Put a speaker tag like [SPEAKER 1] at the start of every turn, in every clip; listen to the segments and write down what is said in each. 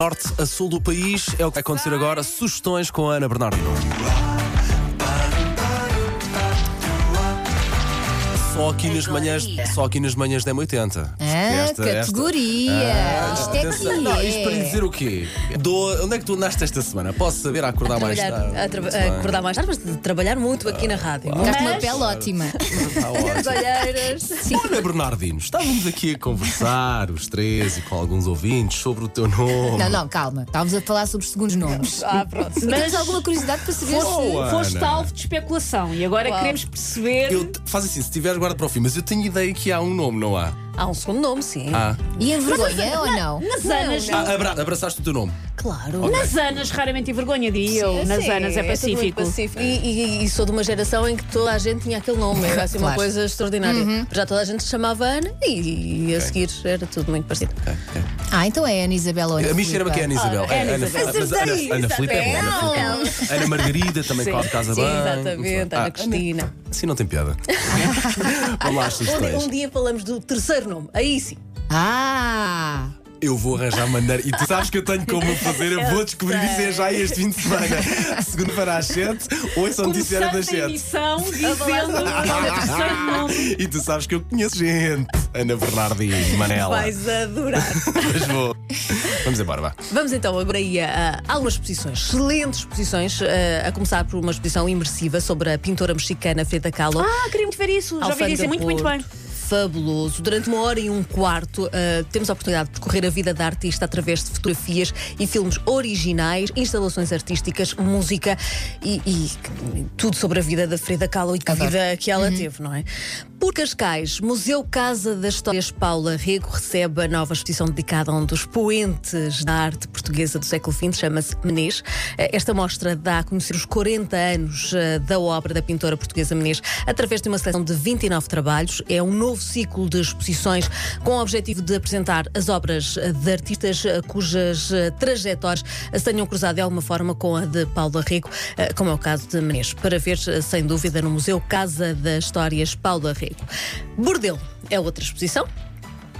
[SPEAKER 1] Norte a sul do país é o que vai acontecer agora. Sugestões com a Ana Bernardino. Só aqui nas manhãs, só aqui nas manhãs da M80.
[SPEAKER 2] Ah,
[SPEAKER 1] Esta- esta- Ah,
[SPEAKER 2] categoria! isto é
[SPEAKER 1] Atenção.
[SPEAKER 2] que é.
[SPEAKER 1] Não, isto para lhe dizer o quê? Do, onde é que tu nasceste esta semana? Posso saber a acordar mais
[SPEAKER 3] trabalhar-
[SPEAKER 1] tarde?
[SPEAKER 3] a tra-
[SPEAKER 1] Muito
[SPEAKER 3] a
[SPEAKER 1] bem.
[SPEAKER 3] acordar mais tarde, mas de trabalhar muito aqui na rádio.
[SPEAKER 2] Estás com uma
[SPEAKER 3] Mas-
[SPEAKER 2] pele ótima.
[SPEAKER 1] Está ótimo.
[SPEAKER 3] Olheiras.
[SPEAKER 1] Ana Bernardino, estávamos aqui a conversar, os três e com alguns ouvintes, sobre o teu nome.
[SPEAKER 2] Não, não, calma. Estávamos a falar sobre os segundos nomes.
[SPEAKER 3] Ah, pronto.
[SPEAKER 2] Mas alguma curiosidade para saber
[SPEAKER 1] Boa.
[SPEAKER 2] se.
[SPEAKER 1] Ana.
[SPEAKER 4] Foste alvo de especulação e agora
[SPEAKER 3] Uau.
[SPEAKER 4] queremos perceber.
[SPEAKER 1] Eu, te- faz assim, se tiveres, guarda para o fim, mas eu tenho ideia que há um nome, não há?
[SPEAKER 3] Há um segundo nome, sim.
[SPEAKER 1] Há.
[SPEAKER 2] E envergonha ou não?
[SPEAKER 4] Nas anas,
[SPEAKER 1] Ah, abra- abraçaste o teu nome.
[SPEAKER 3] Claro.
[SPEAKER 4] nas anas raramente envergonha, diria eu. Nas
[SPEAKER 3] Sim,
[SPEAKER 4] anas
[SPEAKER 3] tudo
[SPEAKER 4] é
[SPEAKER 3] muito
[SPEAKER 4] pacífico.
[SPEAKER 3] pacífico. E, e- e sou de uma geração em que toda a gente tinha aquele nome. Era assim uma
[SPEAKER 2] Claro.
[SPEAKER 3] coisa extraordinária. Já toda a gente se chamava Ana e, e a seguir era tudo muito parecido.
[SPEAKER 2] Ah, então é Ana Isabel Olho.
[SPEAKER 1] A mim cheira-me que é Ana Isabel.
[SPEAKER 4] Ah, Ana
[SPEAKER 1] Ana,
[SPEAKER 4] Isabel.
[SPEAKER 1] Ana, mas Ana,
[SPEAKER 3] Acertei,
[SPEAKER 1] Ana Filipe é bom. Ana, Filipe é bom. Ana Margarida também
[SPEAKER 4] Sim.
[SPEAKER 1] quase casa
[SPEAKER 3] Sim,
[SPEAKER 1] bem.
[SPEAKER 3] exatamente. Ana Cristina.
[SPEAKER 1] Assim não tem piada. Vamos lá, às
[SPEAKER 3] Um, dia-
[SPEAKER 1] sugestões.
[SPEAKER 3] um dia falamos do terceiro nome. Aí sim.
[SPEAKER 2] Ah!
[SPEAKER 1] Eu vou arranjar maneira. E tu sabes que eu tenho como fazer, eu vou descobrir isso é já este fim de semana. Segunda-feira às 7, ouça a noticiária das
[SPEAKER 4] Começando a
[SPEAKER 1] 7.
[SPEAKER 4] emissão dizendo é o terceiro nome.
[SPEAKER 1] E tu sabes que eu conheço gente. Ana Bernardino, Manela.
[SPEAKER 3] Vais adorar.
[SPEAKER 1] Mas vou. Vamos embora, vá.
[SPEAKER 3] Vamos então agora aí a, a algumas exposições, excelentes exposições, eh, a começar por uma exposição imersiva sobre a pintora mexicana Frida Kahlo.
[SPEAKER 4] Ah, queria muito ver isso. Já ouvi
[SPEAKER 3] Alfândega
[SPEAKER 4] dizer muito, muito
[SPEAKER 3] Porto.
[SPEAKER 4] bem.
[SPEAKER 3] Fabuloso. Durante uma hora e um quarto, eh, temos a oportunidade de percorrer a vida da artista através de fotografias e filmes originais, instalações artísticas, música e, e tudo sobre a vida da Frida Kahlo e que
[SPEAKER 2] Adoro.
[SPEAKER 3] vida que ela teve, não é? Por Cascais, Museu Casa das Histórias Paula Rego recebe a nova exposição dedicada a um dos poentes da arte portuguesa do século XX, chama-se Menês. Eh, Esta mostra dá a conhecer os 40 anos eh, da obra da pintora portuguesa Menês através de uma seleção de 29 trabalhos. É um novo ciclo de exposições com o objetivo de apresentar as obras eh, de artistas eh, cujas eh, trajetórias se tenham cruzado de alguma forma com a de Paula Rego, eh, como é o caso de Menezes. Para ver, eh, sem dúvida, no Museu Casa das Histórias Paula Rego. Bordelo é outra exposição.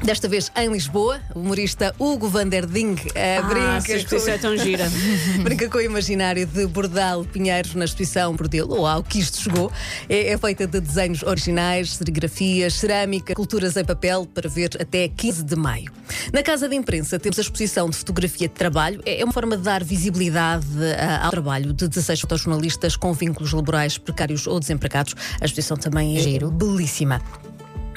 [SPEAKER 3] Desta vez em Lisboa, o humorista Hugo van der Ding eh,
[SPEAKER 4] Ah, sim,
[SPEAKER 3] brinca,
[SPEAKER 4] porque isso é
[SPEAKER 3] com,
[SPEAKER 4] tão gira.
[SPEAKER 3] brinca com o imaginário de Bordal Pinheiros na exposição Bordelo, ou ao que isto chegou. É, é feita de desenhos originais, serigrafias, cerâmica, culturas em papel, para ver até 15 de maio. Na Casa de Imprensa temos a exposição de fotografia de trabalho. É é uma forma de dar visibilidade ah, ao trabalho de 16 fotojornalistas com vínculos laborais precários ou desempregados. A exposição também é
[SPEAKER 2] Giro.
[SPEAKER 3] belíssima.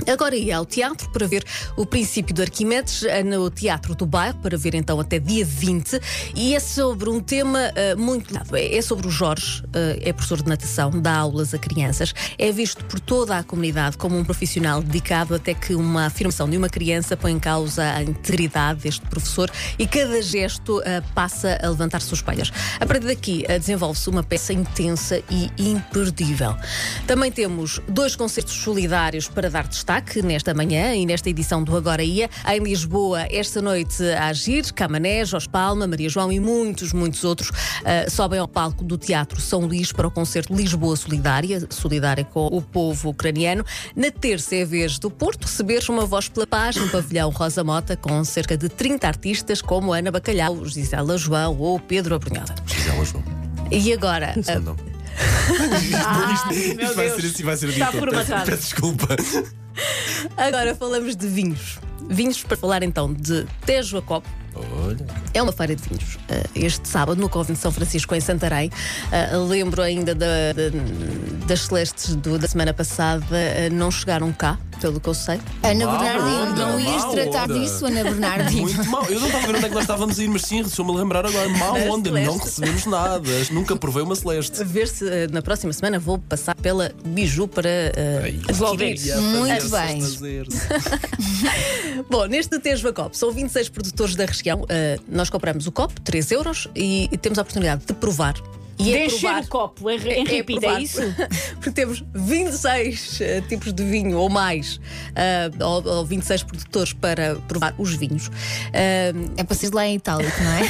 [SPEAKER 3] Agora ia ao teatro para ver o princípio do Arquimedes eh, no Teatro do Bairro, para ver então até dia 20. E é sobre um tema eh, muito. ligado. É é sobre o Jorge, eh, é professor de natação, dá aulas a crianças. É visto por toda a comunidade como um profissional dedicado até que uma afirmação de uma criança põe em causa a integridade deste professor e cada gesto eh, passa a levantar suspeitas. A partir daqui eh, desenvolve-se uma peça intensa e imperdível. Também temos dois concertos solidários para dar destaque nesta manhã e nesta edição do Agora Ia. Em Lisboa, esta noite, a Agir, Camané, Jorge Palma, Maria João e muitos, muitos outros eh, sobem ao palco do Teatro São Luís para o concerto Lisboa Solidária, solidária com o povo ucraniano. Na terça é a vez do Porto receber uma voz pela paz no pavilhão Rosa Mota com cerca de 30 artistas como Ana Bacalhau, Gisela João ou Pedro Abrunhada.
[SPEAKER 1] Gisela João.
[SPEAKER 3] E agora, eh,
[SPEAKER 1] Não. isto, isto
[SPEAKER 4] Ah, meu
[SPEAKER 1] vai
[SPEAKER 4] Deus.
[SPEAKER 1] ser assim, vai ser o
[SPEAKER 4] Está
[SPEAKER 1] dia todo. Peço,
[SPEAKER 4] formatado.
[SPEAKER 1] peço desculpa.
[SPEAKER 3] Agora falamos de vinhos. Vinhos para falar então de Tejo a Copo.
[SPEAKER 1] Olha.
[SPEAKER 3] É uma feira de vinhos. eh, Este sábado, no Convento de São Francisco, em Santarém. Eh, Lembro ainda da- da- das celestes do- da semana passada, eh, não chegaram cá, pelo que eu sei.
[SPEAKER 2] Ana
[SPEAKER 1] Má
[SPEAKER 2] Bernardino,
[SPEAKER 1] onda,
[SPEAKER 2] não ias
[SPEAKER 1] má
[SPEAKER 2] tratar
[SPEAKER 1] onda.
[SPEAKER 2] disso, Ana Bernardino.
[SPEAKER 1] Muito mal. Eu não estava a ver onde é que nós estávamos a ir, mas sim, deixa-me lembrar agora. Mal
[SPEAKER 3] Das
[SPEAKER 1] onda,
[SPEAKER 3] Celeste.
[SPEAKER 1] não recebemos nada. Nunca provei uma Celeste.
[SPEAKER 3] A ver se eh, na próxima semana vou passar pela Biju para. eh,
[SPEAKER 4] Devolver.
[SPEAKER 1] é
[SPEAKER 3] adquirir.
[SPEAKER 2] Muito bem.
[SPEAKER 3] Bom, neste Tejo Cop são 26 produtores da região. Eh, Nós compramos o copo, 3 euros, e e temos a oportunidade de provar. E
[SPEAKER 4] De
[SPEAKER 3] é
[SPEAKER 4] encher
[SPEAKER 3] provar.
[SPEAKER 4] o copo em, em repeat,
[SPEAKER 3] provar.
[SPEAKER 4] é isso?
[SPEAKER 3] Porque temos 26 eh, tipos de vinho ou mais, eh, ou, ou 26 produtores para provar os vinhos. Eh,
[SPEAKER 2] É para seres lá em itálico, não é?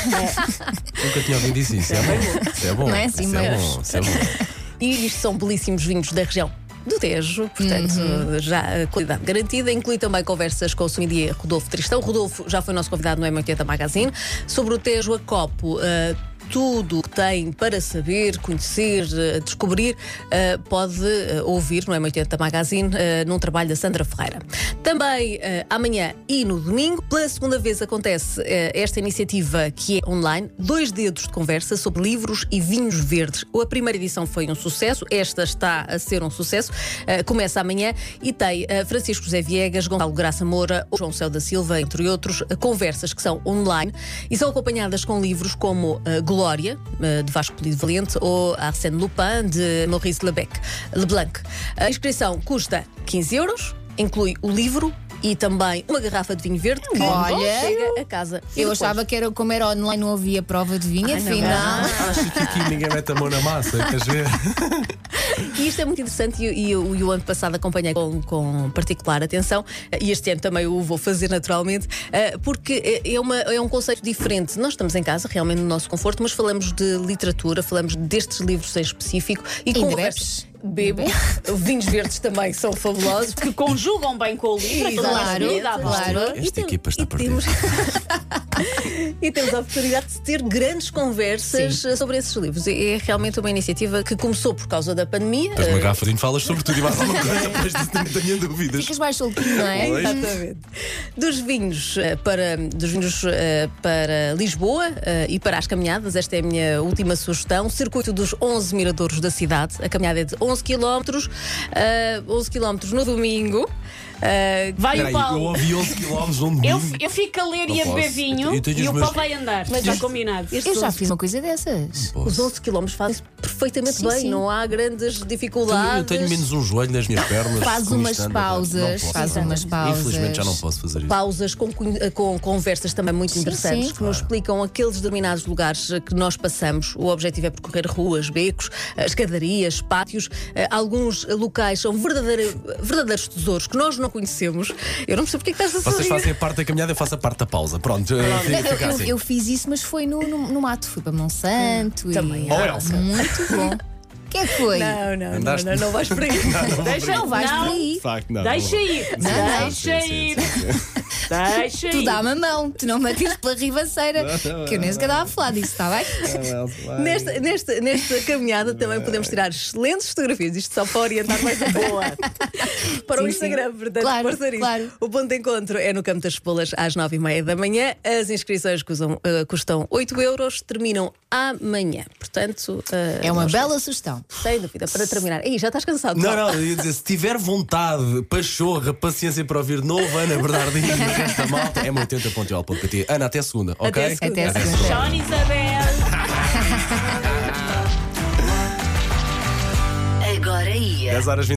[SPEAKER 1] Nunca tinha ouvido isso. Isso é bom. Isso é bom.
[SPEAKER 2] Não é assim,
[SPEAKER 1] isso é
[SPEAKER 2] mas-
[SPEAKER 1] bom. Isso é bom.
[SPEAKER 3] e isto são belíssimos vinhos da região. do Tejo, portanto, já eh, qualidade garantida. Inclui também conversas com o sommelier Rodolfo Tristão. Rodolfo já foi nosso convidado no M80 Magazine. Sobre o Tejo a copo. eh, tudo o que tem para saber, conhecer, eh, descobrir, eh, pode eh, ouvir no M80 Magazine, eh, num trabalho da Sandra Ferreira. Também eh, amanhã e no domingo, pela segunda vez, acontece eh, esta iniciativa que é online: dois dedos de conversa sobre livros e vinhos verdes. A primeira edição foi um sucesso, esta está a ser um sucesso. eh, começa amanhã e tem eh, Francisco José Viegas, Gonçalo Graça Moura, João Céu da Silva, entre outros, eh, conversas que são online e são acompanhadas com livros como eh, Glória, eh, de Vasco Polido Valente, ou Arsène Lupin, de Maurice Lebec, Leblanc. A inscrição custa 15 euros, inclui o livro. E também uma garrafa de vinho verde que
[SPEAKER 2] Olha!
[SPEAKER 3] chega a casa. E
[SPEAKER 2] Eu
[SPEAKER 3] depois-
[SPEAKER 2] achava que era como era online, não havia prova de vinho,
[SPEAKER 3] Ai, não.
[SPEAKER 2] afinal.
[SPEAKER 1] Acho que aqui ninguém mete a mão na massa, queres ver?
[SPEAKER 3] E isto é muito interessante e, e o- e o ano passado acompanhei com, com particular atenção e este ano também o vou fazer naturalmente, eh, porque é, é uma- é um conceito diferente. Nós estamos em casa, realmente no nosso conforto, mas falamos de literatura, falamos destes livros em específico e
[SPEAKER 2] bebes?
[SPEAKER 3] conversas. Bebo. Vinhos verdes também são fabulosos.
[SPEAKER 4] Que conjugam bem com o livro, é aquilo dá
[SPEAKER 2] Claro,
[SPEAKER 4] vida à volta.
[SPEAKER 2] claro.
[SPEAKER 1] Esta
[SPEAKER 3] tem-
[SPEAKER 1] equipa está
[SPEAKER 3] e
[SPEAKER 1] perdida.
[SPEAKER 3] temos- e temos a oportunidade de ter grandes conversas eh, sobre esses livros. E É realmente uma iniciativa que começou por causa da pandemia.
[SPEAKER 1] Tens uma
[SPEAKER 3] eh,
[SPEAKER 1] garrafa de vinho, falas sobre tudo e mais alguma coisa, depois disso não tenho dúvidas.
[SPEAKER 2] Ficas mais soltinho, não é?
[SPEAKER 1] Pois.
[SPEAKER 3] Exatamente. Dos vinhos, eh, para, dos vinhos eh, para Lisboa eh, e para as caminhadas, esta é a minha última sugestão. Circuito dos 11 miradores da cidade. A caminhada é de 11 quilómetros, eh, 11 quilómetros no domingo. eh,
[SPEAKER 4] Vai
[SPEAKER 1] Espera aí,
[SPEAKER 4] o
[SPEAKER 1] eu
[SPEAKER 4] Paulo.
[SPEAKER 1] ouvi 11 km um
[SPEAKER 4] Eu,
[SPEAKER 1] domingo.
[SPEAKER 4] eu fico a ler
[SPEAKER 1] Não
[SPEAKER 4] e a
[SPEAKER 1] posso.
[SPEAKER 4] beber vinho
[SPEAKER 1] Eu tenho os
[SPEAKER 4] e o
[SPEAKER 1] meus-
[SPEAKER 4] Paulo vai andar.
[SPEAKER 3] Mas
[SPEAKER 4] Está
[SPEAKER 3] isto-
[SPEAKER 4] combinado.
[SPEAKER 3] estes
[SPEAKER 2] Eu já
[SPEAKER 3] 11
[SPEAKER 2] fiz uma coisa dessas.
[SPEAKER 1] Posso.
[SPEAKER 3] Os 11 quilómetros fazem perfeitamente
[SPEAKER 2] Sim,
[SPEAKER 3] bem,
[SPEAKER 2] sim.
[SPEAKER 3] não há grandes dificuldades.
[SPEAKER 1] Eu tenho menos um joelho nas minhas pernas.
[SPEAKER 2] Faz
[SPEAKER 1] com
[SPEAKER 2] umas
[SPEAKER 1] isto ando, não
[SPEAKER 2] pausas,
[SPEAKER 1] posso,
[SPEAKER 2] faz
[SPEAKER 1] não.
[SPEAKER 2] umas pausas.
[SPEAKER 1] Infelizmente já não posso fazer isso.
[SPEAKER 3] pausas com, cun- com conversas também muito interessantes
[SPEAKER 2] sim.
[SPEAKER 3] que nos explicam aqueles determinados lugares eh, que nós passamos. O objetivo é percorrer ruas, becos, eh, escadarias, pátios. Eh, Alguns eh, locais são verdadeira- verdadeiros tesouros que nós não conhecemos. Eu não percebo porque é que estás a
[SPEAKER 1] Vocês
[SPEAKER 3] sorrir.
[SPEAKER 1] fazem a parte da caminhada, eu faço a parte da pausa. Pronto, eh, fica
[SPEAKER 2] Eu,
[SPEAKER 1] assim.
[SPEAKER 2] eu fiz isso, mas foi no, no, no mato. Fui para Monsanto e.
[SPEAKER 3] Também
[SPEAKER 1] há. Oh, Elsa.
[SPEAKER 2] Muito bom. Quem foi?
[SPEAKER 3] Não, não, não,
[SPEAKER 1] Andaste-
[SPEAKER 3] não, não vais por aí.
[SPEAKER 1] é
[SPEAKER 4] Deixa
[SPEAKER 2] Não vais por aí.
[SPEAKER 1] De facto, não.
[SPEAKER 4] Deixa
[SPEAKER 1] não.
[SPEAKER 4] ir.
[SPEAKER 2] não.
[SPEAKER 4] Deixa ir. Deixa
[SPEAKER 2] Tu
[SPEAKER 4] ir.
[SPEAKER 2] dá-me a mão, tu não me atires pela ribanceira.
[SPEAKER 1] Não, tá bem,
[SPEAKER 2] que eu nem sequer estava a falar disso, está bem?
[SPEAKER 3] Nesta, nesta, nesta caminhada também podemos tirar excelentes fotografias, isto só para orientar mais a boa para o
[SPEAKER 2] Sim,
[SPEAKER 3] Instagram,
[SPEAKER 2] sim.
[SPEAKER 3] portanto,
[SPEAKER 2] Claro,
[SPEAKER 3] força nisso.
[SPEAKER 2] claro.
[SPEAKER 3] O ponto de encontro é no Campo das Polas às nove e meia da manhã. As inscrições custam, eh, custam 8 euros, terminam amanhã. Portanto, eh,
[SPEAKER 2] É uma bela sugestão.
[SPEAKER 3] sem dúvida, para terminar. Aí já estás cansado.
[SPEAKER 1] Não,
[SPEAKER 3] Paulo?
[SPEAKER 1] não, eu ia dizer, se tiver vontade, pachorra, paciência para ouvir novo Ana Bernardino e o resto da malta, é 80.ol.pt. Ana, até segunda, ok?
[SPEAKER 3] Até segunda.
[SPEAKER 2] Até segunda.
[SPEAKER 4] Johnny Isabel.
[SPEAKER 5] Agora ia.
[SPEAKER 1] 10 horas